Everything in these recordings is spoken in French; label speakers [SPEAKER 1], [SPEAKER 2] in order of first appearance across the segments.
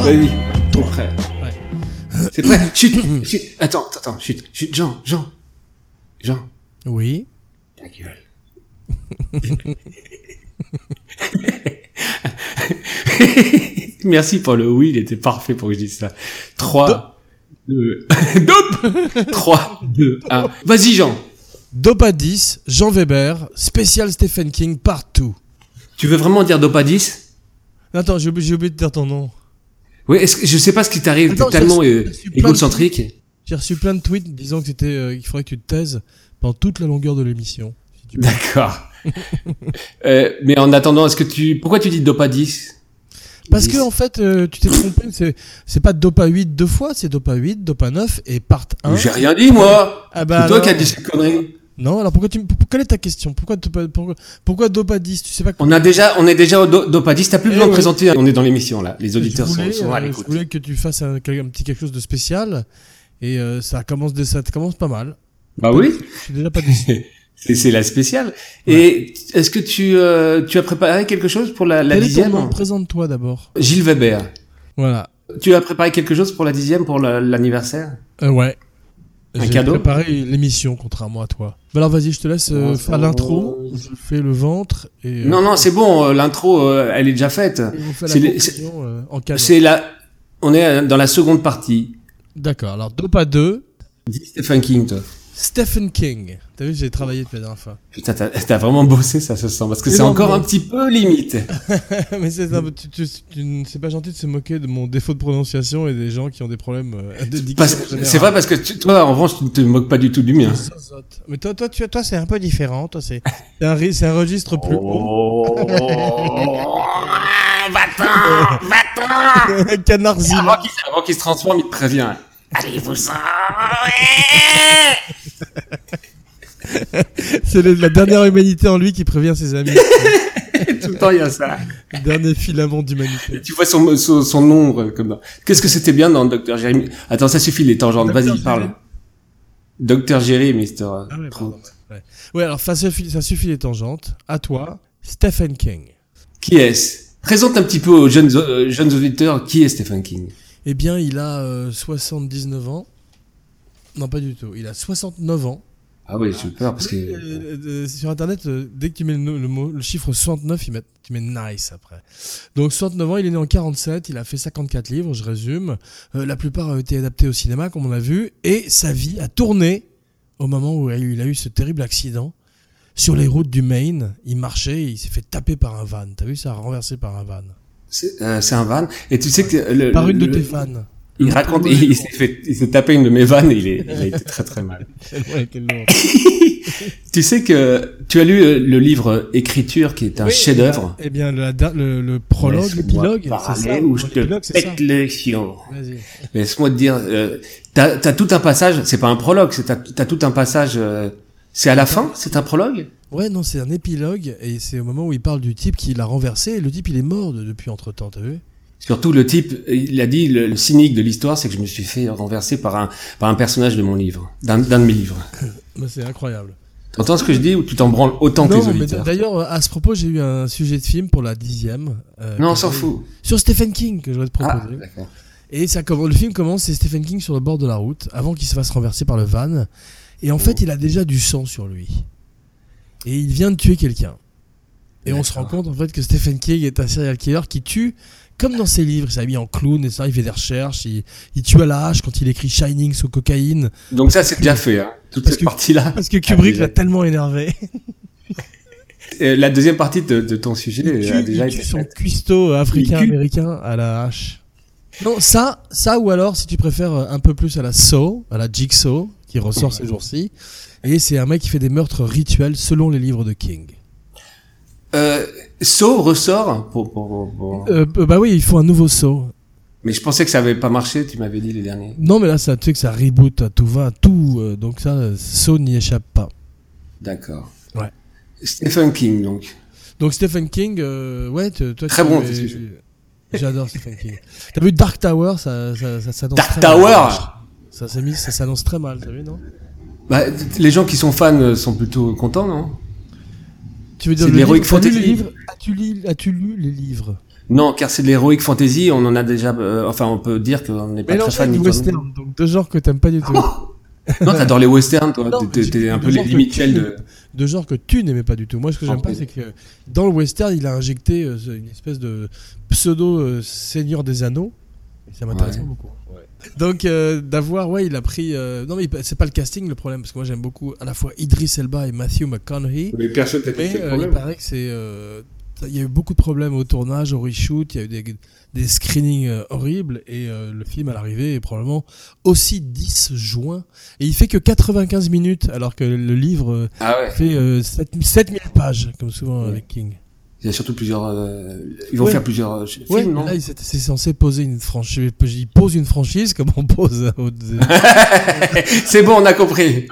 [SPEAKER 1] Vas-y, t'es prêt. C'est prêt. Chut, chut. Attends, attends, chut, chut. Jean, Jean. Jean,
[SPEAKER 2] Oui.
[SPEAKER 1] ta gueule. Merci pour le oui, il était parfait pour que je dise ça. 3, 2, 3, 2, 1. Vas-y, Jean.
[SPEAKER 2] Dopa 10, Jean Weber, spécial Stephen King partout.
[SPEAKER 1] Tu veux vraiment dire Dopadis
[SPEAKER 2] Attends, j'ai oublié, j'ai oublié de dire ton nom.
[SPEAKER 1] Oui, est-ce que, je sais pas ce qui t'arrive, t'es
[SPEAKER 2] Attends,
[SPEAKER 1] tellement
[SPEAKER 2] je-
[SPEAKER 1] euh,
[SPEAKER 2] je suis plein de-
[SPEAKER 1] égocentrique.
[SPEAKER 2] J'ai reçu plein de tweets disant que c'était, euh, qu'il faudrait que tu te taises pendant toute la longueur de l'émission. Si tu-
[SPEAKER 1] D'accord. Euh, mais en attendant, est-ce que tu, pourquoi tu dis Dopa 10
[SPEAKER 2] Parce
[SPEAKER 1] 10.
[SPEAKER 2] que en fait, euh, tu t'es trompé. C'est, c'est pas Dopa 8 deux fois, c'est Dopa 8, Dopa 9 et part 1.
[SPEAKER 1] J'ai rien dit, moi.
[SPEAKER 2] Ah Hein bah
[SPEAKER 1] C'est toi
[SPEAKER 2] alors-
[SPEAKER 1] qui as dit cette connerie.
[SPEAKER 2] Non, alors pourquoi tu me- Quelle est ta question pourquoi, Dopa- pourquoi, pourquoi Dopa 10 Tu sais pas
[SPEAKER 1] On a déjà, on est déjà au Do- Dopa 10. T'as plus
[SPEAKER 2] Eh
[SPEAKER 1] besoin de
[SPEAKER 2] ouais.
[SPEAKER 1] présenter. On est dans l'émission là. Les auditeurs
[SPEAKER 2] je
[SPEAKER 1] sont-
[SPEAKER 2] voulais,
[SPEAKER 1] sont, à
[SPEAKER 2] euh,
[SPEAKER 1] l'écoute.
[SPEAKER 2] Je voulais que tu fasses un, quel- un petit quelque chose de spécial. Et euh, ça, commence, dé- ça commence pas mal.
[SPEAKER 1] Bah oui,
[SPEAKER 2] Je suis déjà pas déçu.
[SPEAKER 1] c'est, c'est la spéciale. Et est-ce que tu, euh, tu as préparé quelque chose pour la, la
[SPEAKER 2] Quel est ton nom
[SPEAKER 1] dixième
[SPEAKER 2] Présente-toi d'abord.
[SPEAKER 1] Gilles Weber.
[SPEAKER 2] Voilà.
[SPEAKER 1] Tu as préparé quelque chose pour la dixième, pour la- l'anniversaire
[SPEAKER 2] Euh, ouais.
[SPEAKER 1] Un
[SPEAKER 2] J'ai
[SPEAKER 1] cadeau
[SPEAKER 2] préparé l'émission, contrairement à toi. Bah alors vas-y, je te laisse euh,
[SPEAKER 1] Oh,
[SPEAKER 2] faire l'intro. Je fais le ventre. Et, euh,
[SPEAKER 1] Non, non, c'est bon. euh, l'intro, euh, elle est déjà faite.
[SPEAKER 2] et on fait
[SPEAKER 1] c'est
[SPEAKER 2] la
[SPEAKER 1] les-
[SPEAKER 2] conclusion euh, en cadeau.
[SPEAKER 1] C'est la, on est euh, dans la seconde partie.
[SPEAKER 2] D'accord. Alors, Dopa 2,
[SPEAKER 1] Dis Stephen King, toi.
[SPEAKER 2] Stephen King. T'as vu, j'ai travaillé depuis la dernière fois.
[SPEAKER 1] Putain, t'as t'as vraiment bossé, ça se sent, parce que c'est
[SPEAKER 2] Énormément.
[SPEAKER 1] encore un petit peu limite.
[SPEAKER 2] Mais c'est un peu- tu- tu- tu ne- c'est pas gentil de se moquer de mon défaut de prononciation et des gens qui ont des problèmes euh, de diction.
[SPEAKER 1] Parce-
[SPEAKER 2] en général.
[SPEAKER 1] C'est vrai parce que tu- toi, en revanche, tu ne te moques pas du tout du mien.
[SPEAKER 2] Zozote. Mais toi, toi, tu- toi, c'est un peu différent. Toi, c'est c'est un, ri- c'est un registre plus
[SPEAKER 3] Ah, Va-t'en, va-t'en.
[SPEAKER 2] haut. Canarzilla.
[SPEAKER 1] Avant qu'il avant qu'il se transforme, il te prévient.
[SPEAKER 3] Allez-vous-en.
[SPEAKER 2] C'est le- la dernière humanité en lui qui prévient ses amis.
[SPEAKER 1] tout le temps, il y a ça.
[SPEAKER 2] Le dernier filament
[SPEAKER 1] Et
[SPEAKER 2] d'humanité.
[SPEAKER 1] tu vois son, son, son ombre comme dans... Qu'est-ce que c'était bien dans Docteur Jérémy Attends, ça suffit les tangentes.
[SPEAKER 2] Dr.
[SPEAKER 1] Vas-y, parle.
[SPEAKER 2] Jerry.
[SPEAKER 1] Docteur Jérémy, Mister. Trump.
[SPEAKER 2] Ah ouais. Ouais, alors ça suffit, ça suffit les tangentes. À toi, Stephen King.
[SPEAKER 1] Qui est-ce Présente un petit peu aux jeunes, euh, jeunes auditeurs qui est Stephen King.
[SPEAKER 2] Eh bien, il a euh, 79 ans. Non, pas du tout. Il a 69 ans.
[SPEAKER 1] Ah oui, j'ai peur parce
[SPEAKER 2] Euh,
[SPEAKER 1] que.
[SPEAKER 2] euh, sur internet, euh, dès que tu mets le, no- le mot, le chiffre 69, ils mettent- tu mets nice après. Donc 69 ans, il est né en 47, il a fait 54 livres, je résume. Euh, la plupart ont été adaptés au cinéma, comme on a vu, et sa vie a tourné au moment où il a eu ce terrible accident sur les routes du Maine. Il marchait, et il s'est fait taper par un van. T'as vu ça, renversé par un van,
[SPEAKER 1] C'est euh, c'est un van. Et tu sais que. Le,
[SPEAKER 2] par une de
[SPEAKER 1] le-
[SPEAKER 2] tes vannes.
[SPEAKER 1] Il raconte, il, il s'est fait, il s'est tapé une de mes vannes et il, est, il a été très très mal. Tu sais que tu as lu euh, le livre Écriture qui est un
[SPEAKER 2] Oui,
[SPEAKER 1] chef-d'œuvre.
[SPEAKER 2] Eh bien, la da- le, le prologue,
[SPEAKER 1] Laisse-moi
[SPEAKER 2] l'épilogue, c'est
[SPEAKER 1] parler
[SPEAKER 2] ça.
[SPEAKER 1] ou je te
[SPEAKER 2] L'épilogue, c'est ça.
[SPEAKER 1] pète le chiot.
[SPEAKER 2] Vas-y.
[SPEAKER 1] Laisse-moi te dire, euh, t'as t'as tout un passage. C'est pas un prologue, c'est t'as t'as tout un passage. euh, c'est à la fin, c'est un prologue.
[SPEAKER 2] Ouais, non, c'est un épilogue, et c'est au moment où il parle du type qui l'a renversé, et le type, il est mort de- depuis entre-temps, t'as vu
[SPEAKER 1] Surtout le type, il a dit le, le cynique de l'histoire, c'est que je me suis fait renverser par un par un personnage de mon livre, d'un d'un de mes livres.
[SPEAKER 2] Bah, C'est incroyable.
[SPEAKER 1] T'entends ce que je dis ou tu t'en branles autant tes
[SPEAKER 2] non, mais
[SPEAKER 1] auditeurs
[SPEAKER 2] d'ailleurs, à ce propos, j'ai eu un sujet de film pour la dixième. euh,
[SPEAKER 1] Non, on
[SPEAKER 2] que-
[SPEAKER 1] s'en fout.
[SPEAKER 2] Sur Stephen King, que je vais te
[SPEAKER 1] Ah,
[SPEAKER 2] proposer.
[SPEAKER 1] d'accord.
[SPEAKER 2] Et ça commence, le film commence, c'est Stephen King sur le bord de la route, avant qu'il se fasse renverser par le van. Et en fait, il a déjà du sang sur lui. Et il vient de tuer quelqu'un. Et on se rend compte en fait que Stephen King est un serial killer qui tue, comme dans ses livres, il s'est mis en clown, et ça, il fait des recherches, il, il tue à la hache quand il écrit Shining sous cocaïne,
[SPEAKER 1] Donc ça, c'est déjà fait. Hein. Toute
[SPEAKER 2] Parce
[SPEAKER 1] cette
[SPEAKER 2] que-
[SPEAKER 1] partie-là.
[SPEAKER 2] parce que
[SPEAKER 1] Ah,
[SPEAKER 2] Kubrick
[SPEAKER 1] déjà.
[SPEAKER 2] l'a tellement énervé.
[SPEAKER 1] Euh, la deuxième partie de, de ton sujet
[SPEAKER 2] Il
[SPEAKER 1] euh, a
[SPEAKER 2] tue,
[SPEAKER 1] déjà
[SPEAKER 2] il tue
[SPEAKER 1] été
[SPEAKER 2] son
[SPEAKER 1] faite.
[SPEAKER 2] cuistot
[SPEAKER 1] Il tue.
[SPEAKER 2] africain-américain à la hache. Non, ça, ça ou alors, si tu préfères euh, un peu plus à la Saw, à la Jigsaw, qui ressort ces jours-ci. Et c'est un mec qui fait des meurtres rituels selon les livres de King.
[SPEAKER 1] Euh, Saw ressort pour, pour- pour- pour-
[SPEAKER 2] Euh, b- bah oui, il faut un nouveau Saw.
[SPEAKER 1] Mais je pensais que ça avait pas marché, tu m'avais dit les derniers.
[SPEAKER 2] Non, mais là, ça, tu sais que ça reboot à tout va, à tout. euh, donc ça, euh, Saw n'y échappe pas.
[SPEAKER 1] D'accord.
[SPEAKER 2] Ouais.
[SPEAKER 1] Stephen King, donc.
[SPEAKER 2] Donc Stephen King, euh, ouais, tu- toi,
[SPEAKER 1] Très
[SPEAKER 2] tu-
[SPEAKER 1] bon,
[SPEAKER 2] euh,
[SPEAKER 1] ce sujet.
[SPEAKER 2] J'adore Stephen King. T'as vu Dark Tower, ça, ça, ça s'annonce
[SPEAKER 1] Dark
[SPEAKER 2] très mal.
[SPEAKER 1] Tower
[SPEAKER 2] Ça s'est mis, ça s'annonce très mal, t'as vu, non
[SPEAKER 1] bah, t- Les gens qui sont fans euh, sont plutôt contents, non
[SPEAKER 2] Tu veux dire
[SPEAKER 1] C'est de
[SPEAKER 2] le
[SPEAKER 1] l'heroic
[SPEAKER 2] livre- t'as lu les
[SPEAKER 1] fantasy.
[SPEAKER 2] livres As-tu li- as-tu lu les livres
[SPEAKER 1] Non, car c'est de l'héroïque fantasy, on en a déjà... euh, enfin, on peut dire qu'on n'est pas très
[SPEAKER 2] Mélange
[SPEAKER 1] fan.
[SPEAKER 2] du
[SPEAKER 1] ni toi
[SPEAKER 2] western, donc deux genres que t'aimes pas du tout.
[SPEAKER 1] Non, t'adores les westerns, toi.
[SPEAKER 2] Non,
[SPEAKER 1] T'es-
[SPEAKER 2] mais
[SPEAKER 1] T'es
[SPEAKER 2] j'ai-
[SPEAKER 1] t'es un
[SPEAKER 2] le
[SPEAKER 1] peu les
[SPEAKER 2] genre que
[SPEAKER 1] limites
[SPEAKER 2] tu-
[SPEAKER 1] de...
[SPEAKER 2] Deux genres que tu n'aimais pas du tout. Moi, ce que
[SPEAKER 1] Ah,
[SPEAKER 2] j'aime pas,
[SPEAKER 1] oui.
[SPEAKER 2] c'est que dans le western, il a injecté euh, une espèce de pseudo euh, Seigneur des Anneaux. Et ça m'intéresse
[SPEAKER 1] Ouais.
[SPEAKER 2] pas beaucoup. Donc euh, d'avoir, ouais, il a pris. euh, Non, mais il- c'est pas le casting le problème, parce que moi j'aime beaucoup à la fois Idris Elba et Matthew McConaughey.
[SPEAKER 1] Mais personne t'a
[SPEAKER 2] Mais euh, il paraît que c'est. euh, Il y a eu beaucoup de problèmes au tournage, au reshoot, il y a eu des, des screenings euh, horribles et euh, le film à l'arrivée est probablement aussi 10 juin. Et il fait que 95 minutes alors que le livre euh,
[SPEAKER 1] Ah ouais,
[SPEAKER 2] fait euh, 7 7000 pages, comme souvent
[SPEAKER 1] Ouais.
[SPEAKER 2] avec King.
[SPEAKER 1] il y a surtout plusieurs... euh, Ils vont
[SPEAKER 2] Ouais.
[SPEAKER 1] faire plusieurs euh, films,
[SPEAKER 2] Ouais,
[SPEAKER 1] non
[SPEAKER 2] là, il s'est- c'est censé poser une franchise. Il pose une franchise comme on pose. au-
[SPEAKER 1] C'est bon, on a compris.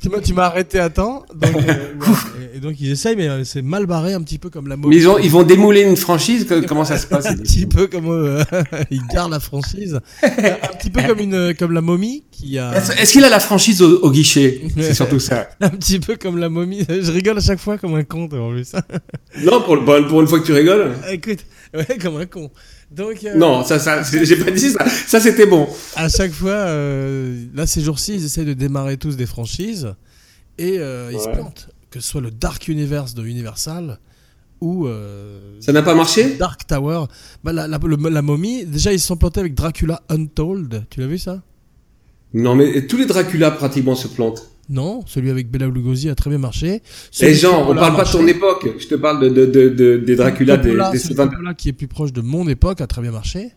[SPEAKER 2] tu m'as- tu m'as arrêté à temps. Donc, euh, ouais. et, et donc, ils essayent, mais euh, c'est mal barré un petit peu comme la
[SPEAKER 1] Mais
[SPEAKER 2] mauvaise.
[SPEAKER 1] ils, ont- ils vont démouler une franchise, que- comment ça se passe
[SPEAKER 2] un petit peu comme euh, il garde la franchise, un petit peu comme une comme la momie qui a
[SPEAKER 1] Est-ce est-ce qu'il a la franchise au, au guichet C'est surtout ça.
[SPEAKER 2] un petit peu comme la momie. Je rigole à chaque fois comme un con en plus.
[SPEAKER 1] Non, pour, le, bon- pour une fois que tu rigoles.
[SPEAKER 2] Ah, Écoute, ouais, comme un con. Donc euh,
[SPEAKER 1] Non, ça, ça, c'est- j'ai pas dit ça. Ça, c'était bon.
[SPEAKER 2] à chaque fois, euh, là ces jours-ci, ils essayent de démarrer tous des franchises et euh, ils se
[SPEAKER 1] Ouais.
[SPEAKER 2] plantent. Que ce soit le Dark Universe de Universal ou euh,
[SPEAKER 1] Ça n'a pas marché
[SPEAKER 2] Dark Tower, bah, la, la- le- la momie. Déjà ils se sont plantés avec Dracula Untold. Tu l'as vu ça
[SPEAKER 1] Non, mais tous les Dracula pratiquement se plantent.
[SPEAKER 2] Non, celui avec Bella Lugosi a très bien marché.
[SPEAKER 1] Et
[SPEAKER 2] Celui qui
[SPEAKER 1] genre, on
[SPEAKER 2] Coppola
[SPEAKER 1] parle
[SPEAKER 2] a
[SPEAKER 1] pas de ton
[SPEAKER 2] marché.
[SPEAKER 1] époque. Je te parle de, de, de, de- des Dracula des,
[SPEAKER 2] Coppola,
[SPEAKER 1] des
[SPEAKER 2] celui
[SPEAKER 1] 70.
[SPEAKER 2] Coppola qui est plus proche de mon époque a très bien marché.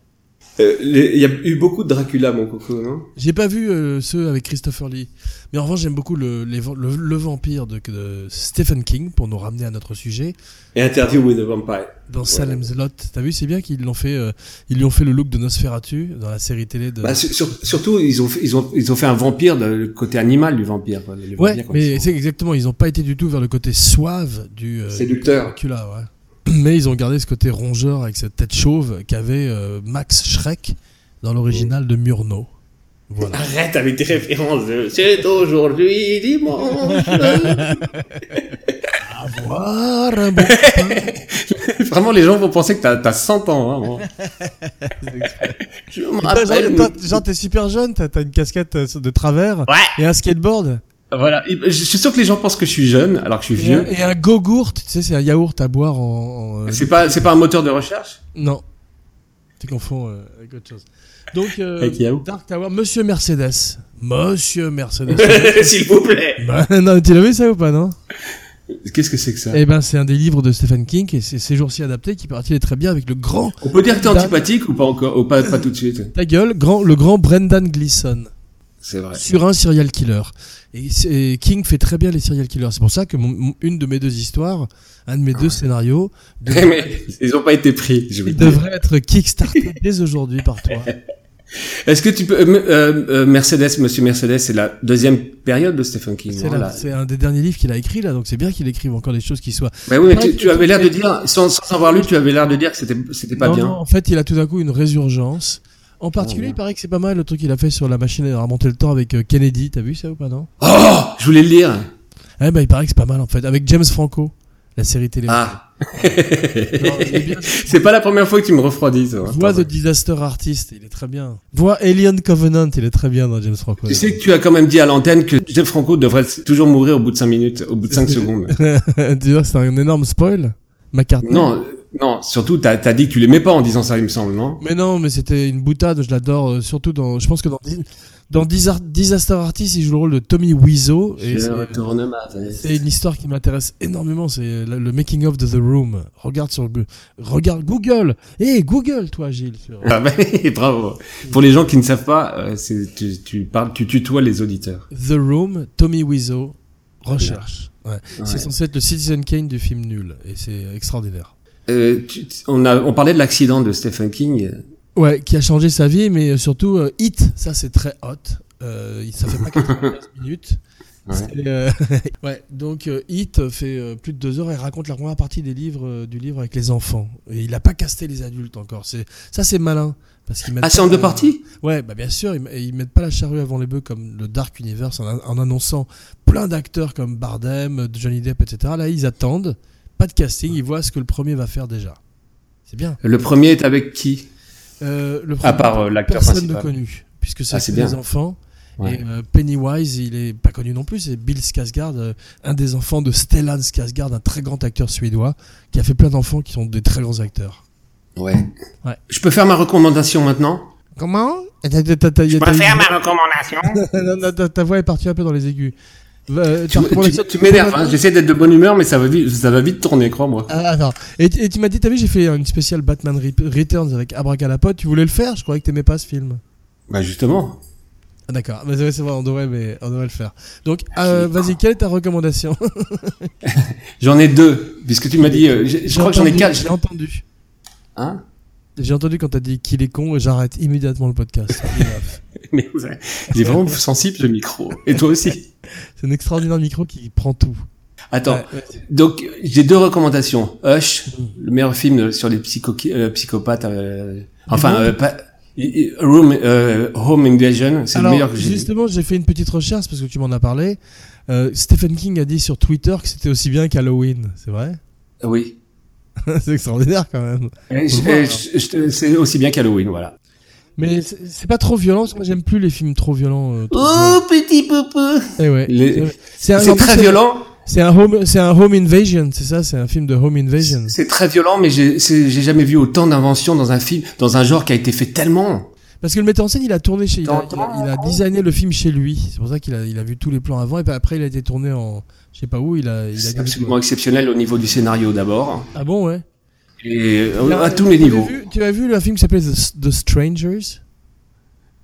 [SPEAKER 1] Euh, les- Il y a eu beaucoup de Dracula, mon coco, hein. non
[SPEAKER 2] J'ai pas vu euh, ceux avec Christopher Lee, mais en revanche j'aime beaucoup le, les va- le, le vampire de, de Stephen King pour nous ramener à notre sujet.
[SPEAKER 1] Et Interview with a Vampire.
[SPEAKER 2] Dans Salem's Lot, t'as vu c'est bien qu'ils l'ont fait, euh, ils lui ont fait le look de Nosferatu dans la série télé de.
[SPEAKER 1] Bah, sur- sur- surtout, ils ont, fait- ils, ont, ils ont fait un vampire, de- le côté animal du vampire. quoi. Les
[SPEAKER 2] ouais,
[SPEAKER 1] vampires, comme
[SPEAKER 2] mais
[SPEAKER 1] ça.
[SPEAKER 2] c'est exactement, ils ont pas été du tout vers le côté suave du. euh,
[SPEAKER 1] Séducteur.
[SPEAKER 2] Dracula, ouais. Mais ils ont gardé ce côté rongeur avec cette tête chauve qu'avait euh, Max Schreck dans l'original de Murnau. Voilà.
[SPEAKER 1] Arrête avec tes références. de- C'est aujourd'hui dimanche.
[SPEAKER 2] Avoir un bon pain.
[SPEAKER 1] Vraiment, les gens vont penser que t'as t'as 100 ans. Hein, bon. Je me
[SPEAKER 2] Toi, genre,
[SPEAKER 1] rappelle.
[SPEAKER 2] toi, genre, t'es super jeune, t'as t'as une casquette euh, de travers
[SPEAKER 1] Ouais.
[SPEAKER 2] et un skateboard
[SPEAKER 1] Voilà. euh, Je suis sûr que les gens pensent que je suis jeune, alors que je suis
[SPEAKER 2] et un,
[SPEAKER 1] vieux. Ah,
[SPEAKER 2] et un gogourt, tu sais, c'est un yaourt à boire en. en, euh,
[SPEAKER 1] C'est pas, c'est pas un moteur de recherche
[SPEAKER 2] Non. Tu confonds euh, avec autre chose. Donc, euh,
[SPEAKER 1] Avec Yahoo.
[SPEAKER 2] Dark Tower, Monsieur Mercedes. Monsieur Mercedes.
[SPEAKER 1] S'il vous plaît.
[SPEAKER 2] Bah, non, tu l'as vu ça ou pas, non
[SPEAKER 1] Qu'est-ce que c'est que ça
[SPEAKER 2] Eh ben, c'est un des livres de Stephen King et c'est ces jours-ci adapté qui paraît-il est très bien avec le grand,
[SPEAKER 1] On peut dire que t'es
[SPEAKER 2] Dan-
[SPEAKER 1] antipathique ou pas encore Ou pas, pas tout de suite
[SPEAKER 2] ta gueule, grand, le grand Brendan Gleeson
[SPEAKER 1] C'est vrai.
[SPEAKER 2] sur un serial killer. Et, c'est- et King fait très bien les serial killers. C'est pour ça que mon- mon- une de mes deux histoires, un de mes deux scénarios, devrait,
[SPEAKER 1] Mais ils ont pas été pris. je vous le
[SPEAKER 2] il
[SPEAKER 1] dis.
[SPEAKER 2] devrait être kickstarté dès aujourd'hui par toi.
[SPEAKER 1] Est-ce que tu peux euh, euh, euh, Mercedes, Monsieur Mercedes, c'est la deuxième période de Stephen King.
[SPEAKER 2] C'est
[SPEAKER 1] hein,
[SPEAKER 2] là-
[SPEAKER 1] là.
[SPEAKER 2] c'est un des derniers livres qu'il a écrit là, donc c'est bien qu'il écrive encore des choses qui soient.
[SPEAKER 1] Bah oui, mais
[SPEAKER 2] Ouais,
[SPEAKER 1] tu, tu avais l'air de dire, sans, sans avoir lu, tu avais l'air de dire que c'était c'était pas
[SPEAKER 2] Non,
[SPEAKER 1] bien.
[SPEAKER 2] non, en fait, il a tout d'un coup une résurgence. En particulier, il paraît que c'est pas mal le truc qu'il a fait sur la machine à remonter le temps avec euh, Kennedy. T'as vu ça ou pas non
[SPEAKER 1] Oh, je voulais le lire.
[SPEAKER 2] Eh ben, il paraît que c'est pas mal en fait. Avec James Franco, la série télé.
[SPEAKER 1] Ah,
[SPEAKER 2] Non, il est bien.
[SPEAKER 1] c'est pas la première fois que tu me refroidis. toi.
[SPEAKER 2] Voix The
[SPEAKER 1] Pardon.
[SPEAKER 2] Disaster Artist, il est très bien. Voix Alien Covenant, il est très bien dans James Franco.
[SPEAKER 1] Tu sais que tu as quand même dit à l'antenne que Jeff Franco devrait toujours mourir au bout de 5 minutes, au bout de 5 secondes.
[SPEAKER 2] Tu vois, c'est un énorme spoil. McCartney.
[SPEAKER 1] Non, non, surtout, t'as as dit que tu l'aimais pas en disant ça, il me semble, non
[SPEAKER 2] Mais non, mais c'était une boutade, je l'adore, euh, surtout dans, je pense que dans, Dis- dans Disar- Disaster Artist, il joue le rôle de Tommy Wiseau, et c'est-
[SPEAKER 1] retourne ma veste.
[SPEAKER 2] c'est une histoire qui m'intéresse énormément, c'est le, le making of de The Room. Regarde sur, Gu- regarde Google! Eh, Google, toi, Gilles! sur-
[SPEAKER 1] Ah bah, bravo. Pour les gens qui ne savent pas, euh, c'est- tu, tu parles, tu tutoies les auditeurs.
[SPEAKER 2] The Room, Tommy Wiseau, recherche. Ouais. C'est
[SPEAKER 1] Ouais.
[SPEAKER 2] censé être le Citizen Kane du film nul, et c'est extraordinaire.
[SPEAKER 1] Euh, tu- on, a, on parlait de l'accident de Stephen King.
[SPEAKER 2] Ouais, qui a changé sa vie, mais surtout euh, Hit, ça c'est très hot. Euh, ça fait pas 95 minutes.
[SPEAKER 1] Ouais.
[SPEAKER 2] C'est, euh, ouais, donc euh, Hit fait euh, plus de deux heures et raconte la première partie des livres euh, du livre avec les enfants. Et il a pas casté les adultes encore. C'est ça c'est malin parce qu'ils mettent.
[SPEAKER 1] Ah, c'est
[SPEAKER 2] pas-
[SPEAKER 1] en deux parties
[SPEAKER 2] Ouais, bah bien sûr, ils, m- ils mettent pas la charrue avant les bœufs comme le Dark Universe en, a- en annonçant plein d'acteurs comme Bardem, Johnny Depp, etc. Là, ils attendent pas de casting, il voit ce que le premier va faire déjà. C'est bien.
[SPEAKER 1] Le premier est avec qui
[SPEAKER 2] Euh, le
[SPEAKER 1] À
[SPEAKER 2] premier,
[SPEAKER 1] part euh, l'acteur
[SPEAKER 2] personne de
[SPEAKER 1] principal.
[SPEAKER 2] connu, puisque c'est
[SPEAKER 1] Ah, c'est
[SPEAKER 2] que
[SPEAKER 1] bien.
[SPEAKER 2] des enfants.
[SPEAKER 1] Ouais.
[SPEAKER 2] Et euh, Pennywise, il est pas connu non plus. C'est Bill Skarsgård, euh, un des enfants de Stellan Skarsgård, un très grand acteur suédois qui a fait plein d'enfants qui sont des très grands acteurs.
[SPEAKER 1] Ouais.
[SPEAKER 2] Ouais.
[SPEAKER 1] Je peux faire ma recommandation maintenant
[SPEAKER 2] Comment Je
[SPEAKER 3] Je préfère ma recommandation.
[SPEAKER 2] Ta voix est partie un peu dans les aigus. Va, euh,
[SPEAKER 1] Tu,
[SPEAKER 2] ta recommandation-
[SPEAKER 1] tu- tu m'énerves, hein. j'essaie d'être de bonne humeur, mais ça va vite, ça va vite tourner, crois-moi.
[SPEAKER 2] Ah, attends. Et, et tu m'as dit, t'as vu, j'ai fait une spéciale Batman Re- Returns avec Abracadapod. Tu voulais le faire Je croyais que t'aimais pas ce film.
[SPEAKER 1] Bah justement.
[SPEAKER 2] Ah, D'accord, Bah, c'est vrai, on devrait, mais on devrait le faire. Donc, euh, vas-y, quelle est ta recommandation
[SPEAKER 1] J'en ai deux, puisque tu m'as dit... euh, j'ai- je crois que j'en ai
[SPEAKER 2] entendu,
[SPEAKER 1] quatre.
[SPEAKER 2] J'ai entendu.
[SPEAKER 1] Hein
[SPEAKER 2] J'ai entendu quand t'as dit qu'il est con, j'arrête immédiatement le podcast.
[SPEAKER 1] mais vous- il est vraiment sensible ce micro. Et toi aussi.
[SPEAKER 2] c'est un extraordinaire micro qui prend tout.
[SPEAKER 1] Attends,
[SPEAKER 2] Ouais, ouais.
[SPEAKER 1] donc j'ai deux recommandations. Hush, le meilleur film de- sur les psycho euh, psychopathes. euh, enfin,
[SPEAKER 2] monde
[SPEAKER 1] euh, pas- i- i- Room, euh, Home Invasion, c'est le
[SPEAKER 2] Alors,
[SPEAKER 1] meilleur que j'ai vu.
[SPEAKER 2] justement, j'ai fait une petite recherche parce que tu m'en as parlé. Euh, Stephen King a dit sur Twitter que c'était aussi bien qu'Halloween, c'est vrai
[SPEAKER 1] Oui.
[SPEAKER 2] C'est extraordinaire quand même.
[SPEAKER 1] Et je-
[SPEAKER 2] Faut voir,
[SPEAKER 1] et je- je- C'est aussi bien qu'Halloween, voilà.
[SPEAKER 2] Mais c'est c'est pas trop violent, parce que moi j'aime plus les films trop violents. euh, trop
[SPEAKER 1] Oh, petit popo
[SPEAKER 2] violents. Eh ouais.
[SPEAKER 1] Les-
[SPEAKER 2] C'est un- en
[SPEAKER 1] C'est
[SPEAKER 2] plus,
[SPEAKER 1] très
[SPEAKER 2] c'est-
[SPEAKER 1] violent,
[SPEAKER 2] C'est un home, c'est un home invasion, c'est ça, c'est un film de home invasion.
[SPEAKER 1] c'est très violent, mais j'ai c'est- j'ai jamais vu autant d'inventions dans un film, dans un genre qui a été fait tellement.
[SPEAKER 2] Parce que le metteur en scène, il a tourné chez, il a, il a-
[SPEAKER 3] T'entends
[SPEAKER 2] il a designé le film chez lui. C'est pour ça qu'il a, il a vu tous les plans avant et puis après il a été tourné en, je sais pas où, il a, il a
[SPEAKER 1] C'est
[SPEAKER 2] dit-
[SPEAKER 1] absolument exceptionnel au niveau du scénario d'abord,
[SPEAKER 2] Ah bon ouais.
[SPEAKER 1] et euh,
[SPEAKER 2] Là,
[SPEAKER 1] à tous les
[SPEAKER 2] tu as
[SPEAKER 1] niveaux.
[SPEAKER 2] vu- tu as vu le film qui s'appelait The, The Strangers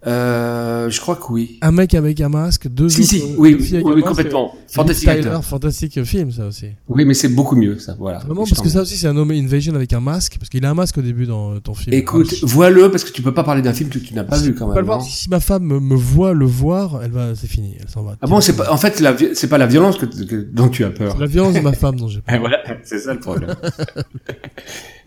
[SPEAKER 1] Euh, je crois que oui.
[SPEAKER 2] Un mec avec un masque, deux
[SPEAKER 1] Si,
[SPEAKER 2] autres,
[SPEAKER 1] si,
[SPEAKER 2] euh,
[SPEAKER 1] oui,
[SPEAKER 2] deux
[SPEAKER 1] oui,
[SPEAKER 2] filles avec un
[SPEAKER 1] oui,
[SPEAKER 2] masque.
[SPEAKER 1] complètement.
[SPEAKER 2] Liv
[SPEAKER 1] Fantastique
[SPEAKER 2] Tyler,
[SPEAKER 1] acteur. Ah,
[SPEAKER 2] fantastique film ça aussi.
[SPEAKER 1] Oui, mais c'est beaucoup mieux, ça, voilà.
[SPEAKER 2] Vraiment
[SPEAKER 1] Je
[SPEAKER 2] parce que
[SPEAKER 1] t'en-
[SPEAKER 2] ça aussi c'est un home invasion avec un masque parce qu'il a un masque au début dans euh, ton film.
[SPEAKER 1] Écoute, vois-le, parce que tu peux pas parler d'un film que tu n'as pas vu, quand
[SPEAKER 2] Faut Ah, pas
[SPEAKER 1] même.
[SPEAKER 2] le voir.
[SPEAKER 1] hein.
[SPEAKER 2] Si ma femme me, me voit le voir, elle va, c'est fini, elle s'en va.
[SPEAKER 1] Ah bon, c'est pas, en fait, la vi- c'est pas la violence que, que- dont tu as peur.
[SPEAKER 2] C'est la violence de ma femme dont j'ai.
[SPEAKER 1] Eh, voilà, c'est ça le problème.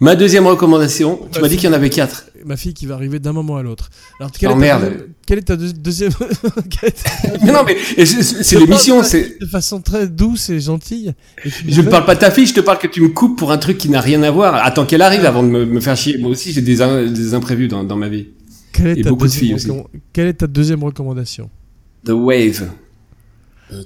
[SPEAKER 1] Ma deuxième recommandation, tu m'as dit qu'il y en avait quatre.
[SPEAKER 2] Ma fille qui va arriver d'un moment à l'autre. Alors
[SPEAKER 1] Oh,
[SPEAKER 2] quelle, est ta
[SPEAKER 1] merde.
[SPEAKER 2] deuxième- quelle est ta deux- deuxième quelle est ta-
[SPEAKER 1] Mais non, mais et je- c'est c'est
[SPEAKER 2] Je
[SPEAKER 1] l'émission,
[SPEAKER 2] parle de ta
[SPEAKER 1] c'est.
[SPEAKER 2] fille De façon très douce et gentille. Et tu me
[SPEAKER 1] Je ne
[SPEAKER 2] fais-
[SPEAKER 1] parle pas de ta fille, je te parle que tu me coupes pour un truc qui n'a rien à voir. Attends qu'elle arrive avant de me, me faire chier. Moi aussi, j'ai des, in- des imprévus dans, dans ma vie.
[SPEAKER 2] Quelle est
[SPEAKER 1] et
[SPEAKER 2] ta
[SPEAKER 1] beaucoup de
[SPEAKER 2] deuxième
[SPEAKER 1] filles aussi.
[SPEAKER 2] recommand- Quelle est ta deuxième recommandation
[SPEAKER 1] The Wave.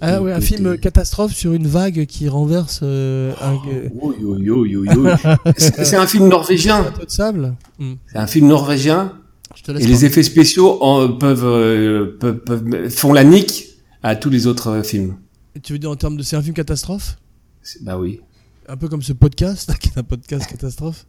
[SPEAKER 2] Ah ouais, un film euh, catastrophe sur une vague qui renverse euh, un euh,
[SPEAKER 1] Oh, yo, yo, yo, yo. C'est c'est un film
[SPEAKER 2] un
[SPEAKER 1] norvégien.
[SPEAKER 2] plateau de sable. Hmm.
[SPEAKER 1] C'est un film norvégien.
[SPEAKER 2] Je te
[SPEAKER 1] Et
[SPEAKER 2] laisse.
[SPEAKER 1] les effets spéciaux en- peuvent, euh, peuvent- peuvent- font la nique à tous les autres euh, films.
[SPEAKER 2] parler. Tu veux dire en termes de c'est un film catastrophe
[SPEAKER 1] C'est- Bah oui.
[SPEAKER 2] Un peu comme ce podcast qui est un podcast catastrophe,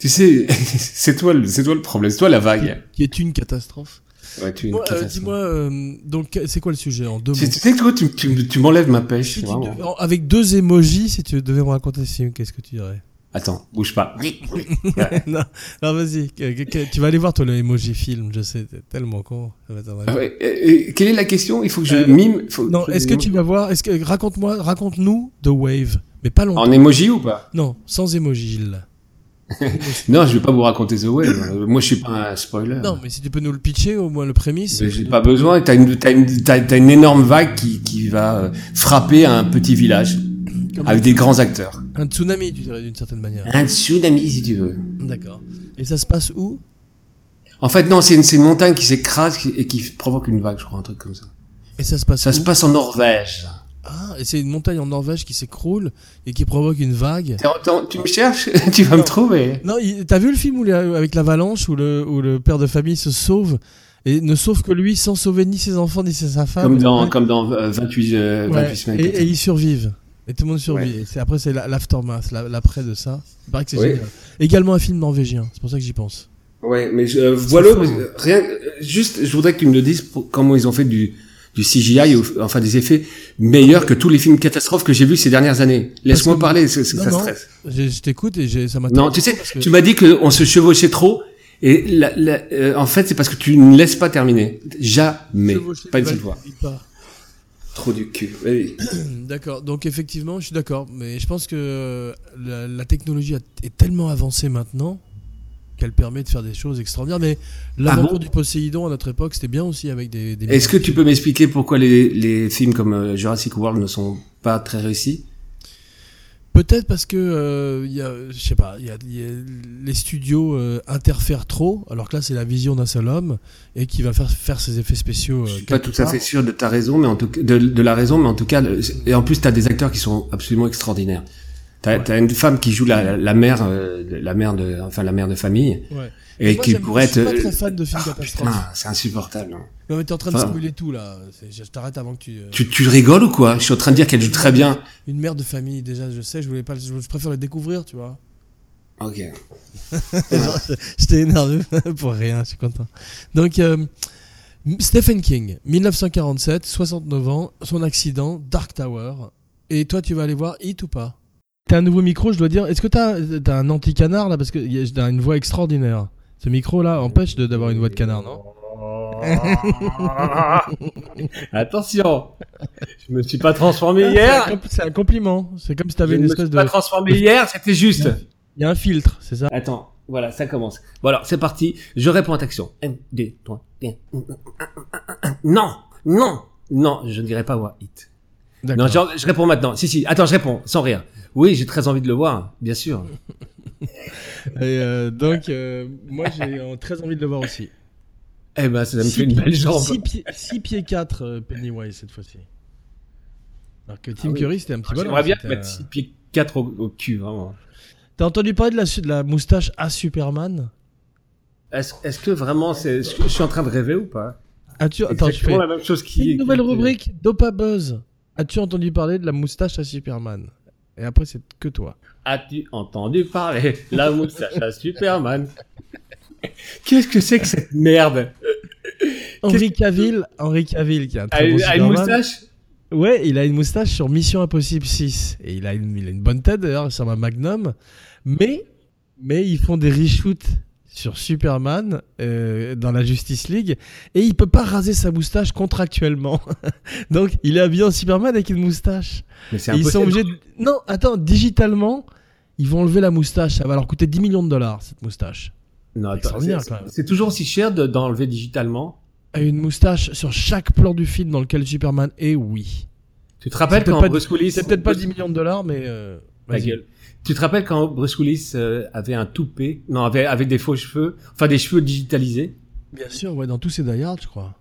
[SPEAKER 1] Tu sais, c'est toi, le- c'est toi le problème, c'est toi la vague.
[SPEAKER 2] qui est une catastrophe.
[SPEAKER 1] Ouais, tu es une
[SPEAKER 2] Moi, euh,
[SPEAKER 1] catastrophe.
[SPEAKER 2] Dis-moi, euh, donc c'est quoi le sujet en deux mots
[SPEAKER 1] Tu tu sais que toi, tu, tu- tu m'enlèves ma pêche.
[SPEAKER 2] Si tu
[SPEAKER 1] vraiment.
[SPEAKER 2] devais- en- Avec deux emojis, si tu devais me raconter ce film, qu'est-ce que tu dirais
[SPEAKER 1] Attends, bouge pas.
[SPEAKER 2] Non, non, vas-y, que- que- que- tu vas aller voir toi le emoji film, je sais, t'es tellement con. ça va t'en
[SPEAKER 1] Ah
[SPEAKER 2] aller.
[SPEAKER 1] ouais, et- et quelle est la question Il faut que je
[SPEAKER 2] Euh,
[SPEAKER 1] mime. faut-
[SPEAKER 2] Non, est-ce que tu vas voir Est-ce que raconte-moi, raconte-nous The Wave, mais pas longtemps.
[SPEAKER 1] En emoji ou pas
[SPEAKER 2] Non, sans emoji. là.
[SPEAKER 1] Non, je vais pas vous raconter The Wave. Euh, Moi, je suis pas un spoiler.
[SPEAKER 2] Non, mais si tu peux nous le pitcher au moins le prémisse.
[SPEAKER 1] Mais J'ai pas besoin. T'as une, t'as une, t'as- t'as une énorme vague qui, qui va euh, frapper un petit village
[SPEAKER 2] Comme
[SPEAKER 1] avec des grands acteurs.
[SPEAKER 2] Un tsunami, tu dirais d'une certaine manière.
[SPEAKER 1] Un tsunami, si tu veux.
[SPEAKER 2] D'accord. Et ça se passe où
[SPEAKER 1] En fait, non, c'est une, c'est une montagne qui s'écrase qui- et qui provoque une vague, je crois, un truc comme ça.
[SPEAKER 2] Et ça se passe
[SPEAKER 1] Ça
[SPEAKER 2] où
[SPEAKER 1] se passe en Norvège.
[SPEAKER 2] Ah, et c'est une montagne en Norvège qui s'écroule et qui provoque une vague.
[SPEAKER 1] T'es- t'en- tu me cherches Tu vas me trouver.
[SPEAKER 2] Non, il- t'as vu le film où, les- avec l'avalanche où le, où le père de famille se sauve et ne sauve que lui sans sauver ni ses enfants ni ses- sa femme.
[SPEAKER 1] Comme dans,
[SPEAKER 2] Ah, Ouais.
[SPEAKER 1] comme dans euh, 28, euh, 28 semaines.
[SPEAKER 2] et, et ils survivent. Et tout le monde survit. Et c'est- après, c'est la- l'aftermath, la- l'après de ça. Il paraît que c'est
[SPEAKER 1] Oui.
[SPEAKER 2] génial. Également un film norvégien, c'est pour ça que j'y pense.
[SPEAKER 1] Ouais, mais je, euh, voilà,
[SPEAKER 2] fou,
[SPEAKER 1] parce que rien, euh, juste, je voudrais que tu me le dises pour- comment ils ont fait du, du CGI, ou- enfin des effets meilleurs que tous les films catastrophes que j'ai vus ces dernières années. Laisse-moi
[SPEAKER 2] que-
[SPEAKER 1] parler, c'est- c'est-
[SPEAKER 2] Non,
[SPEAKER 1] ça
[SPEAKER 2] non.
[SPEAKER 1] stresse.
[SPEAKER 2] Je, je t'écoute et j'ai- ça m'intéresse.
[SPEAKER 1] Non, tu sais,
[SPEAKER 2] parce que-
[SPEAKER 1] tu m'as dit qu'on se chevauchait trop, et la, la- euh, en fait, c'est parce que tu ne laisses pas terminer. Jamais.
[SPEAKER 2] Chevaucher
[SPEAKER 1] Pas une
[SPEAKER 2] les
[SPEAKER 1] seule
[SPEAKER 2] vagues,
[SPEAKER 1] fois.
[SPEAKER 2] je dis pas.
[SPEAKER 1] Trop du cul. Eh Oui.
[SPEAKER 2] D'accord, donc effectivement, je suis d'accord, mais je pense que euh, la, la technologie a- est tellement avancée maintenant qu'elle permet de faire des choses extraordinaires. Mais l'aventure
[SPEAKER 1] bon
[SPEAKER 2] du Poséidon à notre époque, c'était bien aussi avec des. des
[SPEAKER 1] Est-ce que tu peux m'expliquer pourquoi les, les films comme euh, Jurassic World ne sont pas très réussis
[SPEAKER 2] Peut-être parce que euh, il y a- je sais pas, il y a- il y a- les studios euh, interfèrent trop, alors que là c'est la vision d'un seul homme et qui va faire faire ses effets spéciaux.
[SPEAKER 1] Je
[SPEAKER 2] euh,
[SPEAKER 1] suis pas
[SPEAKER 2] quelque
[SPEAKER 1] tout à
[SPEAKER 2] part.
[SPEAKER 1] fait sûr de ta raison, mais en tout cas- de, de la raison, mais en tout cas, le- et en plus, t'as des acteurs qui sont absolument extraordinaires. T'as t'as une femme qui joue la, la mère, euh, de- la mère de, enfin la mère de famille,
[SPEAKER 2] Ouais.
[SPEAKER 1] et
[SPEAKER 2] Moi,
[SPEAKER 1] qui
[SPEAKER 2] j'aime-
[SPEAKER 1] pourrait
[SPEAKER 2] je suis
[SPEAKER 1] être.
[SPEAKER 2] pas très fan de films
[SPEAKER 1] Ah,
[SPEAKER 2] catastrophes.
[SPEAKER 1] putain, c'est insupportable. hein.
[SPEAKER 2] Non mais t'es en train de
[SPEAKER 1] Enfin.
[SPEAKER 2] stimuler tout là. C'est- Je t'arrête avant que tu. euh,
[SPEAKER 1] Tu, tu rigoles ou quoi Je suis en train de dire qu'elle joue très bien.
[SPEAKER 2] Une mère de famille déjà, je sais. Je voulais pas. Je je préfère le découvrir, tu vois.
[SPEAKER 1] Ok.
[SPEAKER 2] J'étais énervé pour rien, je suis content. Donc, euh, Stephen King, 1947, 69 ans, son accident, Dark Tower. Et toi, tu vas aller voir It ou pas T'as un nouveau micro, je dois dire. Est-ce que t'as as un anti-canard là Parce que y a- t'as une voix extraordinaire. Ce micro là empêche de- d'avoir une voix de canard, non
[SPEAKER 1] Attention, je me suis pas transformé hier.
[SPEAKER 2] C'est un compl- C'est un compliment. C'est comme si
[SPEAKER 1] Je
[SPEAKER 2] t'avais une
[SPEAKER 1] me suis
[SPEAKER 2] espèce de.
[SPEAKER 1] pas transformé hier, c'était juste.
[SPEAKER 2] Il y a un filtre, c'est ça
[SPEAKER 1] Attends, voilà, ça commence. Bon alors, c'est parti. Je réponds à ta question. Un, deux, trois, un, un, un, un, un, un. Non, non, non, je ne dirai pas voir Hit. Non,
[SPEAKER 2] D'accord.
[SPEAKER 1] genre, je réponds maintenant. Si, si, attends, je réponds, sans rire. Oui, j'ai très envie de le voir, bien sûr.
[SPEAKER 2] Et, euh, donc, euh, moi, j'ai euh, très envie de le voir aussi.
[SPEAKER 1] Eh ben, ça me
[SPEAKER 2] Six
[SPEAKER 1] fait une
[SPEAKER 2] pi-
[SPEAKER 1] belle jambe.
[SPEAKER 2] six pieds, 6 pieds 4 Pennywise cette fois-ci. Alors que
[SPEAKER 1] Ah
[SPEAKER 2] Tim
[SPEAKER 1] oui.
[SPEAKER 2] Curry c'était un petit bonhomme.
[SPEAKER 1] J'aimerais bien
[SPEAKER 2] c'était,
[SPEAKER 1] mettre 6
[SPEAKER 2] euh,
[SPEAKER 1] pieds 4 au, au cul, vraiment.
[SPEAKER 2] T'as entendu parler de la, su- de la moustache à Superman
[SPEAKER 1] Est-ce est-ce que vraiment, c'est, est-ce que je suis en train de rêver ou pas
[SPEAKER 2] As-tu... Attends, je
[SPEAKER 1] Exactement
[SPEAKER 2] fais
[SPEAKER 1] la même chose qui
[SPEAKER 2] une nouvelle rubrique, Dopa Buzz. As-tu entendu parler de la moustache à Superman Et après, c'est que toi.
[SPEAKER 1] As-tu entendu parler La moustache à Superman. Qu'est-ce que c'est que cette merde
[SPEAKER 2] Henri Cavill, Henri Cavill qui a un
[SPEAKER 1] A
[SPEAKER 2] très bon
[SPEAKER 1] Ah, une
[SPEAKER 2] Superman.
[SPEAKER 1] moustache
[SPEAKER 2] Ouais, il a une moustache sur Mission Impossible 6. Et il a une, il a une bonne tête d'ailleurs, sur ma Magnum. Mais, mais ils font des reshoots sur Superman euh, dans la Justice League. Et il peut pas raser sa moustache contractuellement. Donc il est habillé en Superman avec une moustache.
[SPEAKER 1] Mais c'est
[SPEAKER 2] Et ils sont obligés. de- Non, attends, digitalement, ils vont enlever la moustache. Ça va leur coûter 10 millions de dollars cette moustache.
[SPEAKER 1] Non, attends,
[SPEAKER 2] Extraordinaire,
[SPEAKER 1] c'est-
[SPEAKER 2] quand même.
[SPEAKER 1] C'est toujours aussi cher de- d'enlever digitalement.
[SPEAKER 2] Et Une moustache sur chaque plan du film dans lequel Superman est, oui.
[SPEAKER 1] Tu te rappelles
[SPEAKER 2] C'est peut-être
[SPEAKER 1] quand
[SPEAKER 2] pas-
[SPEAKER 1] Bruce Willis
[SPEAKER 2] C'est peut-être pas 10 millions de dollars, mais. euh,
[SPEAKER 1] Ta
[SPEAKER 2] vas-y.
[SPEAKER 1] gueule. Tu te rappelles quand Bruce Willis euh, avait un toupet Non, avait avait des faux cheveux, enfin des cheveux digitalisés.
[SPEAKER 2] Bien sûr, ouais, dans tous ces Die Hard, je crois.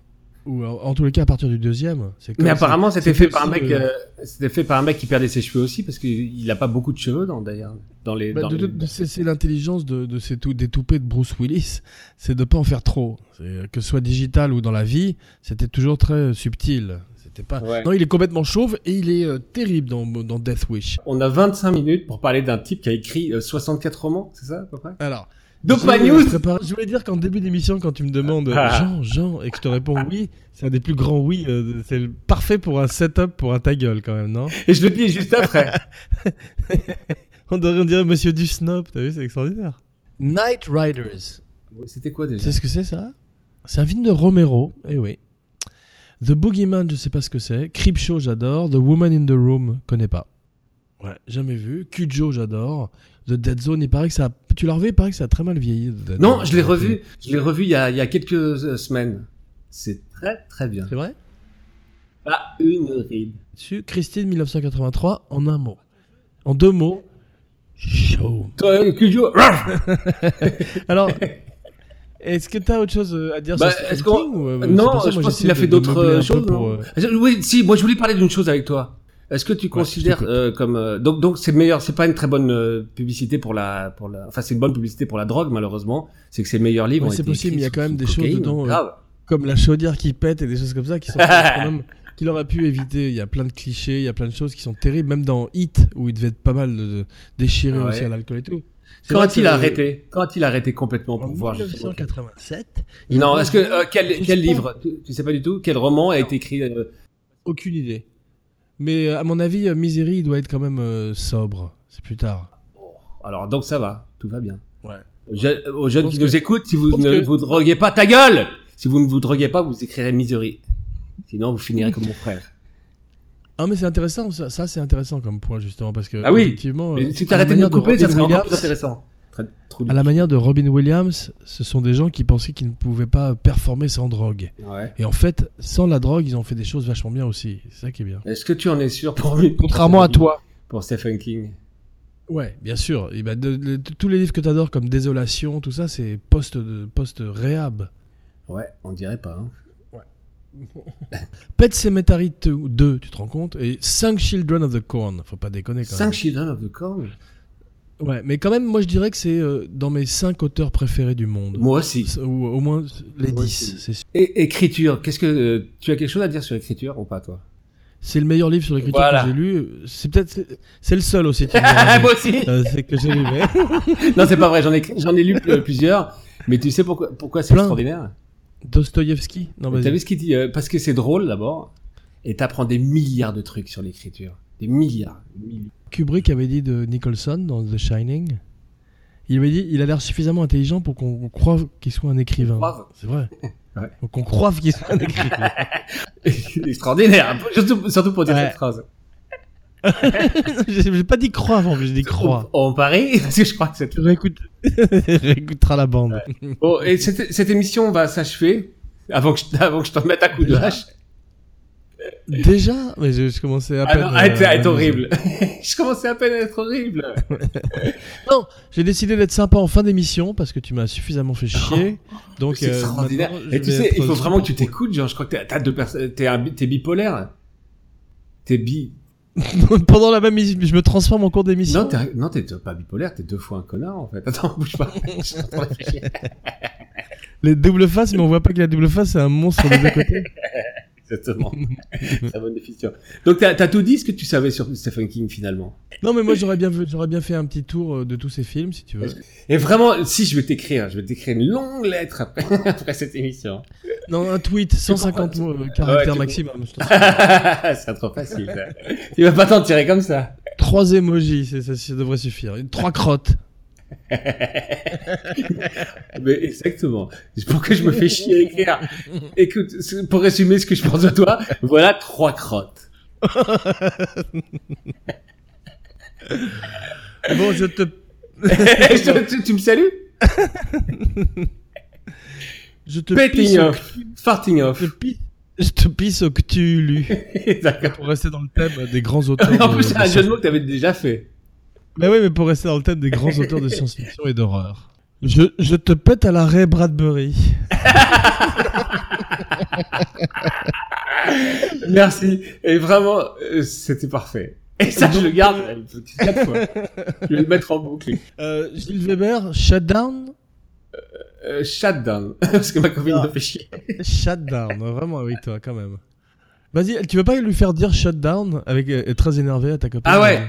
[SPEAKER 2] Ou en, en tous les cas à partir du deuxième. c'est comme
[SPEAKER 1] Mais
[SPEAKER 2] ça.
[SPEAKER 1] apparemment, c'était
[SPEAKER 2] c'est
[SPEAKER 1] fait par un mec,
[SPEAKER 2] possible.
[SPEAKER 1] euh, c'était fait par un mec qui perdait ses cheveux aussi parce qu'il a pas beaucoup de cheveux dans d'ailleurs dans les.
[SPEAKER 2] Bah,
[SPEAKER 1] dans
[SPEAKER 2] de- de-
[SPEAKER 1] les-
[SPEAKER 2] de- c'est c'est l'intelligence de, de ces tou- des toupets de Bruce Willis, c'est de pas en faire trop. C'est, euh, Que ce soit digital ou dans la vie, c'était toujours très euh, subtil. C'était pas.
[SPEAKER 1] Ouais.
[SPEAKER 2] Non, il est complètement chauve et il est euh, terrible dans, dans Death Wish.
[SPEAKER 1] On a 25 minutes pour parler d'un type qui a écrit euh, 64 romans, c'est ça à peu près
[SPEAKER 2] Alors.
[SPEAKER 1] Dopa
[SPEAKER 2] je voulais
[SPEAKER 1] News
[SPEAKER 2] préparer- Je voulais dire qu'en début d'émission, quand tu me demandes euh,
[SPEAKER 1] Ah.
[SPEAKER 2] Jean, Jean, et que je te réponds oui, c'est un des plus grands oui. euh, c'est le- parfait pour un setup pour un ta gueule quand même, non
[SPEAKER 1] Et je le dis juste après.
[SPEAKER 2] On dirait, on dirait Monsieur du Snob, t'as vu, c'est extraordinaire. Night Riders.
[SPEAKER 1] C'était quoi
[SPEAKER 2] Tu
[SPEAKER 1] déjà
[SPEAKER 2] sais ce que c'est ça C'est un film de Romero, eh oui. The Boogeyman, je sais pas ce que c'est. Creepshow, j'adore. The Woman in the Room, connais pas. Ouais, jamais vu. Cujo, j'adore. The Dead Zone, il paraît que ça. a- Tu l'as revu, il paraît que ça a très mal vieilli. The Dead
[SPEAKER 1] Non,
[SPEAKER 2] Zone.
[SPEAKER 1] je l'ai revu. Je l'ai revu il y, a, il y a quelques euh, semaines. C'est très très bien.
[SPEAKER 2] C'est vrai
[SPEAKER 1] Pas une ride.
[SPEAKER 2] Dessus, Christine 1983, en un mot. En deux mots. Show.
[SPEAKER 1] Toi, euh, Cujo, raf
[SPEAKER 2] Alors. Est-ce que t'as autre chose euh, à dire
[SPEAKER 1] Bah,
[SPEAKER 2] sur Stephen
[SPEAKER 1] est-ce qu'on-
[SPEAKER 2] King, ou, euh, c'est
[SPEAKER 1] Non,
[SPEAKER 2] pour ça,
[SPEAKER 1] je
[SPEAKER 2] moi,
[SPEAKER 1] pense
[SPEAKER 2] j'essaie
[SPEAKER 1] qu'il a
[SPEAKER 2] de-
[SPEAKER 1] fait
[SPEAKER 2] de
[SPEAKER 1] d'autres
[SPEAKER 2] meubler un
[SPEAKER 1] euh,
[SPEAKER 2] peu
[SPEAKER 1] choses.
[SPEAKER 2] pour,
[SPEAKER 1] non
[SPEAKER 2] euh,
[SPEAKER 1] Je- Oui, si, moi je voulais parler d'une chose avec toi. Est-ce que tu considères
[SPEAKER 2] t'écoute.
[SPEAKER 1] euh, comme euh, donc donc c'est meilleur, c'est pas une très bonne euh, publicité pour la pour la enfin c'est une bonne publicité pour la drogue malheureusement, c'est que ses meilleurs livres
[SPEAKER 2] Ouais,
[SPEAKER 1] ont
[SPEAKER 2] c'est
[SPEAKER 1] été
[SPEAKER 2] possible,
[SPEAKER 1] écrits
[SPEAKER 2] il y a
[SPEAKER 1] sous-
[SPEAKER 2] quand même
[SPEAKER 1] sous
[SPEAKER 2] des choses
[SPEAKER 1] cocaïne.
[SPEAKER 2] dedans, euh,
[SPEAKER 1] Grave.
[SPEAKER 2] comme la chaudière qui pète et des choses comme ça qui sont quand même qu'il aurait pu éviter. Il y a plein de clichés, il y a plein de choses qui sont terribles, même dans Hit où il devait être pas mal de, de déchiré
[SPEAKER 1] Ouais.
[SPEAKER 2] aussi à l'alcool et tout. C'est
[SPEAKER 1] Quand
[SPEAKER 2] vrai
[SPEAKER 1] a-t-il
[SPEAKER 2] que-
[SPEAKER 1] arrêté Quand a-t-il arrêté complètement
[SPEAKER 2] En
[SPEAKER 1] pour voir justement
[SPEAKER 2] 1987. il
[SPEAKER 1] Non,
[SPEAKER 2] a-
[SPEAKER 1] est-ce que euh,
[SPEAKER 2] Je
[SPEAKER 1] quel
[SPEAKER 2] sais
[SPEAKER 1] quel
[SPEAKER 2] pas.
[SPEAKER 1] livre tu, tu sais pas du tout quel roman a été écrit euh,
[SPEAKER 2] Aucune idée. Mais euh, à mon avis, euh, Misery il doit être quand même euh, sobre. C'est plus tard.
[SPEAKER 1] Alors donc ça va, tout va bien.
[SPEAKER 2] Ouais.
[SPEAKER 1] Aux jeunes, aux jeunes
[SPEAKER 2] Je
[SPEAKER 1] qui
[SPEAKER 2] pense
[SPEAKER 1] nous
[SPEAKER 2] que-
[SPEAKER 1] écoutent, si vous
[SPEAKER 2] pense
[SPEAKER 1] ne
[SPEAKER 2] que-
[SPEAKER 1] vous droguez pas, ta gueule Si vous ne vous droguez pas, vous écrirez misery. Sinon, vous finirez comme mon frère.
[SPEAKER 2] Ah mais c'est intéressant, ça, ça, c'est intéressant comme point justement parce que
[SPEAKER 1] Ah oui,
[SPEAKER 2] effectivement,
[SPEAKER 1] Mais
[SPEAKER 2] euh,
[SPEAKER 1] si
[SPEAKER 2] à la
[SPEAKER 1] t'arrêtais de
[SPEAKER 2] manière
[SPEAKER 1] me couper, ça
[SPEAKER 2] Robin
[SPEAKER 1] serait encore
[SPEAKER 2] Williams,
[SPEAKER 1] plus intéressant. Très- trop
[SPEAKER 2] À la manière de Robin Williams, ce sont des gens qui pensaient qu'ils ne pouvaient pas performer sans drogue.
[SPEAKER 1] bien. Ouais.
[SPEAKER 2] Et en fait, sans la drogue, ils ont fait des choses vachement bien aussi. C'est ça qui est bien.
[SPEAKER 1] Est-ce que tu en es sûr pour lui
[SPEAKER 2] Contrairement à toi.
[SPEAKER 1] Pour Stephen King.
[SPEAKER 2] Ouais, bien sûr. Et ben, de- de- tous les livres que t'adores comme Désolation, tout ça, c'est post de post réhab.
[SPEAKER 1] Ouais, on dirait pas. hein.
[SPEAKER 2] Pet Cemetery 2, tu te rends compte Et 5 Children of the Corn, faut pas déconner quand même.
[SPEAKER 1] 5 Children of the Corn
[SPEAKER 2] Ouais, mais quand même, moi je dirais que c'est euh, dans mes 5 auteurs préférés du monde.
[SPEAKER 1] Moi aussi.
[SPEAKER 2] Ou au moins les
[SPEAKER 1] Moi
[SPEAKER 2] 10,
[SPEAKER 1] aussi.
[SPEAKER 2] c'est sûr.
[SPEAKER 1] Et écriture, qu'est-ce que euh, tu as quelque chose à dire sur l'écriture ou pas toi
[SPEAKER 2] C'est le meilleur livre sur l'écriture
[SPEAKER 4] Voilà.
[SPEAKER 2] que j'ai lu. C'est peut-être. c'est- C'est le seul aussi. tu me diras, mais,
[SPEAKER 1] aussi.
[SPEAKER 2] euh, c'est que j'ai lu. mais-
[SPEAKER 1] Non, c'est pas vrai, j'en ai j'en ai lu pl- plusieurs, mais tu sais pourquoi pourquoi c'est
[SPEAKER 2] Plein.
[SPEAKER 1] extraordinaire
[SPEAKER 2] Dostoïevski Non,
[SPEAKER 1] T'as vu
[SPEAKER 2] vas-y.
[SPEAKER 1] ce qu'il dit euh, Parce que c'est drôle d'abord, et t'apprends des milliards de trucs sur l'écriture, des milliards. des milliards.
[SPEAKER 2] Kubrick avait dit de Nicholson dans The Shining. Il avait dit il a l'air suffisamment intelligent pour qu'on croie qu'il soit un écrivain.
[SPEAKER 1] Croive.
[SPEAKER 2] C'est vrai.
[SPEAKER 1] Ouais.
[SPEAKER 2] Pour Qu'on croie qu'il soit un écrivain.
[SPEAKER 1] extraordinaire, hein, surtout, surtout pour dire
[SPEAKER 2] Ouais.
[SPEAKER 1] cette phrase.
[SPEAKER 2] j'ai j'ai pas dit croire en plus, j'ai dit croire.
[SPEAKER 1] On, on parie parce que je crois que cette
[SPEAKER 2] Tu réécoutes- réécouteras la bande.
[SPEAKER 1] Bon, et cette, cette émission va s'achever avant que je, avant que je t'en mette un coup de hache.
[SPEAKER 2] Déjà, mais je, je commençais à
[SPEAKER 1] Ah
[SPEAKER 2] peine.
[SPEAKER 1] non, arrête,
[SPEAKER 2] euh,
[SPEAKER 1] arrête,
[SPEAKER 2] à-
[SPEAKER 1] horrible. je commençais à peine à être horrible.
[SPEAKER 2] J'ai décidé d'être sympa en fin d'émission parce que tu m'as suffisamment fait chier. Donc
[SPEAKER 1] Oh, c'est
[SPEAKER 2] euh,
[SPEAKER 1] extraordinaire.
[SPEAKER 2] maintenant, je
[SPEAKER 1] Et tu
[SPEAKER 2] vais
[SPEAKER 1] sais,
[SPEAKER 2] être
[SPEAKER 1] il faut vraiment que tu
[SPEAKER 2] super
[SPEAKER 1] t'écoutes. Genre, je crois que t'es, t'as deux personnes, t'es, un bi- t'es bipolaire. T'es bi.
[SPEAKER 2] cool. Pendant la même émission, je me transforme en cours d'émission.
[SPEAKER 1] Non, t'es, non, t'es pas bipolaire, t'es deux fois un connard, en fait. Attends, bouge pas. Je suis en train de réfléchir.
[SPEAKER 2] Les doubles faces, mais on voit pas que la double face c'est un monstre des deux côtés.
[SPEAKER 1] Exactement. Très bonne définition. Donc, t'as, t'as tout dit ce que tu savais sur Stephen King, finalement.
[SPEAKER 2] Non, mais moi j'aurais bien, vu- j'aurais bien fait un petit tour euh, de tous ces films si tu veux.
[SPEAKER 1] Et vraiment, si je vais t'écrire, je vais t'écrire une longue lettre après, après cette émission.
[SPEAKER 2] Non, un tweet, 150 mots, euh, caractères
[SPEAKER 1] tu-
[SPEAKER 2] maximum. je pense.
[SPEAKER 1] c'est trop facile. ça. Il va pas t'en tirer comme ça.
[SPEAKER 2] Trois emojis, c'est- ça, ça devrait suffire. Une- Trois crottes.
[SPEAKER 1] Mais exactement. C'est Pourquoi je me fais chier à écrire Écoute, c'est- pour résumer ce que je pense de toi, voilà trois crottes.
[SPEAKER 2] Bon, je te,
[SPEAKER 1] Je- tu, tu me salues
[SPEAKER 2] je te pisse
[SPEAKER 1] Petting
[SPEAKER 2] au,
[SPEAKER 1] off. Farting off.
[SPEAKER 2] je te pisse- je te pisse au Cthulhu.
[SPEAKER 1] D'accord.
[SPEAKER 2] Pour rester dans le thème des grands auteurs.
[SPEAKER 1] En
[SPEAKER 2] de-
[SPEAKER 1] plus, c'est
[SPEAKER 2] de
[SPEAKER 1] un jeu
[SPEAKER 2] science-
[SPEAKER 1] de mots que t'avais déjà fait.
[SPEAKER 2] Mais oui, mais pour rester dans le thème des grands auteurs de science-fiction et d'horreur. Je, je te pète à l'arrêt Bradbury.
[SPEAKER 1] Merci. Et vraiment, euh, c'était parfait. Et ça, je le garde euh, quatre fois. Je vais le mettre en boucle.
[SPEAKER 2] Euh, Gilles Weber, Shutdown
[SPEAKER 1] Euh, shutdown. Parce que ma copine
[SPEAKER 2] Ah.
[SPEAKER 1] me fait chier.
[SPEAKER 2] Shutdown, vraiment avec toi quand même. Vas-y, tu veux pas lui faire dire Shutdown avec euh, être très énervé à ta copine
[SPEAKER 1] Ah ouais.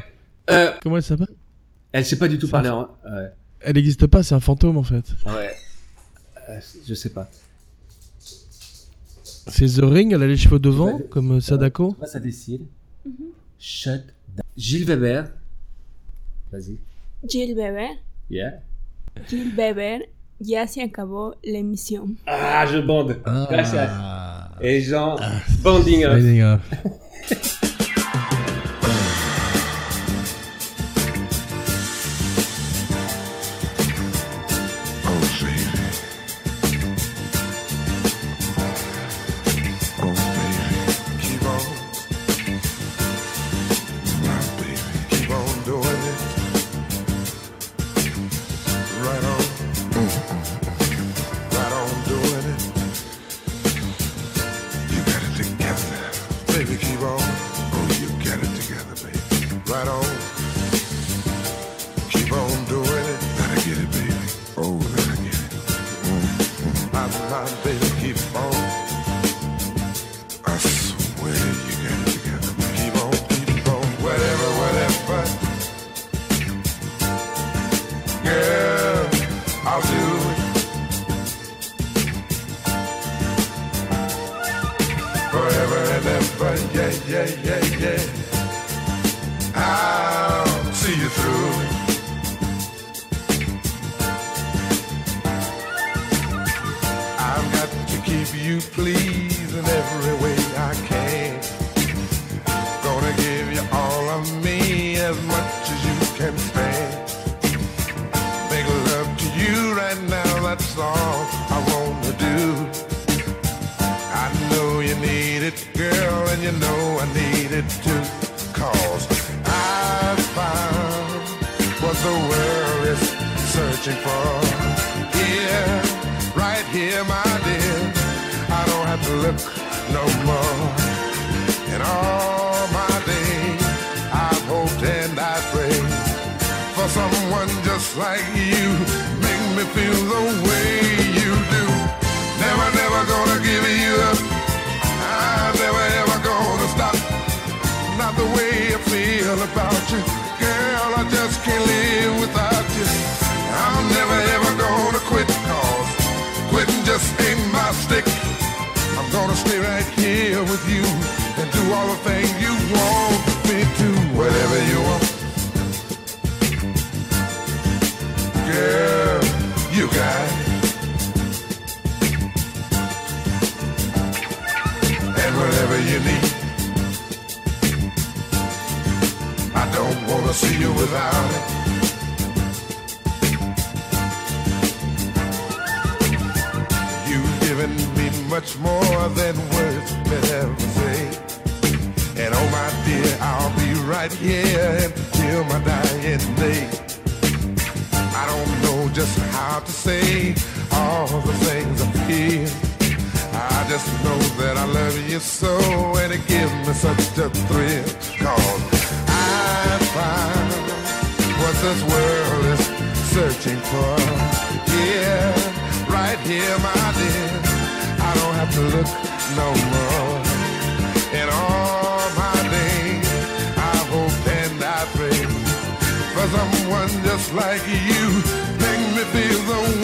[SPEAKER 1] Euh,
[SPEAKER 2] euh, Comment elle s'appelle
[SPEAKER 1] elle sait pas du tout parler en... Ouais.
[SPEAKER 2] Elle n'existe pas, c'est un fantôme en fait.
[SPEAKER 1] Ouais. Euh, je sais pas.
[SPEAKER 2] C'est The Ring, elle a les cheveux devant,
[SPEAKER 1] Ouais.
[SPEAKER 2] comme euh, Sadako.
[SPEAKER 1] Toi, ça décide. Shut down. Gilles Weber. Vas-y.
[SPEAKER 5] Jill Weber,
[SPEAKER 1] Yeah.
[SPEAKER 5] Jill Weber, ya se acabó la emisión.
[SPEAKER 1] Ah, je bande. Gracias.
[SPEAKER 2] Ah. hein.
[SPEAKER 1] Et Jean, banding up.
[SPEAKER 2] Signing off.
[SPEAKER 6] Oh, baby. Oh, baby. Keep on. My baby. Keep on doing it. Right on. Right on doing it. You got it together. Baby, keep on. Oh, you got it together, baby. Right on. Keep on doing it. Gotta get it, baby. Oh, gotta get it. Mm-hmm. My, my baby, keep on. I swear you got it together. baby. Keep on, keep on. Whatever, whatever. Girl, I'll do it. Forever and ever. Yeah, yeah, yeah, yeah. I'll see you through it. I've got to keep you pleased in every way I can. Gonna give you all of me as much as you can stand. Make love to you right now, that's all I wanna do. I know you need it, girl, and you know I need it too. Cause I found searching for. Here, right here, my dear. I don't have to look no more. And all my days, I've hoped and I prayed for someone just like you. Make me feel the way you do. Never, never gonna give you up. I'm never ever gonna stop. Not the way I feel about you. Girl, I just can't live without you. I'm never ever gonna quit, cause quitting just ain't my stick. I'm gonna stay right here with you and do all the things you want me to. Whatever you want. Girl, you got it. and whatever you need. I don't wanna see you without it. You've given me much more than words could ever say. And oh my dear, I'll be right here until my dying day. I don't know just how to say all the things I feel. I just know that I love you so, and it gives me such a thrill. Cause I find what this world is searching for. Yeah, right here, my dear. I don't have to look no more. And all my days, I hope and I pray for someone just like you. Make me feel the Oh,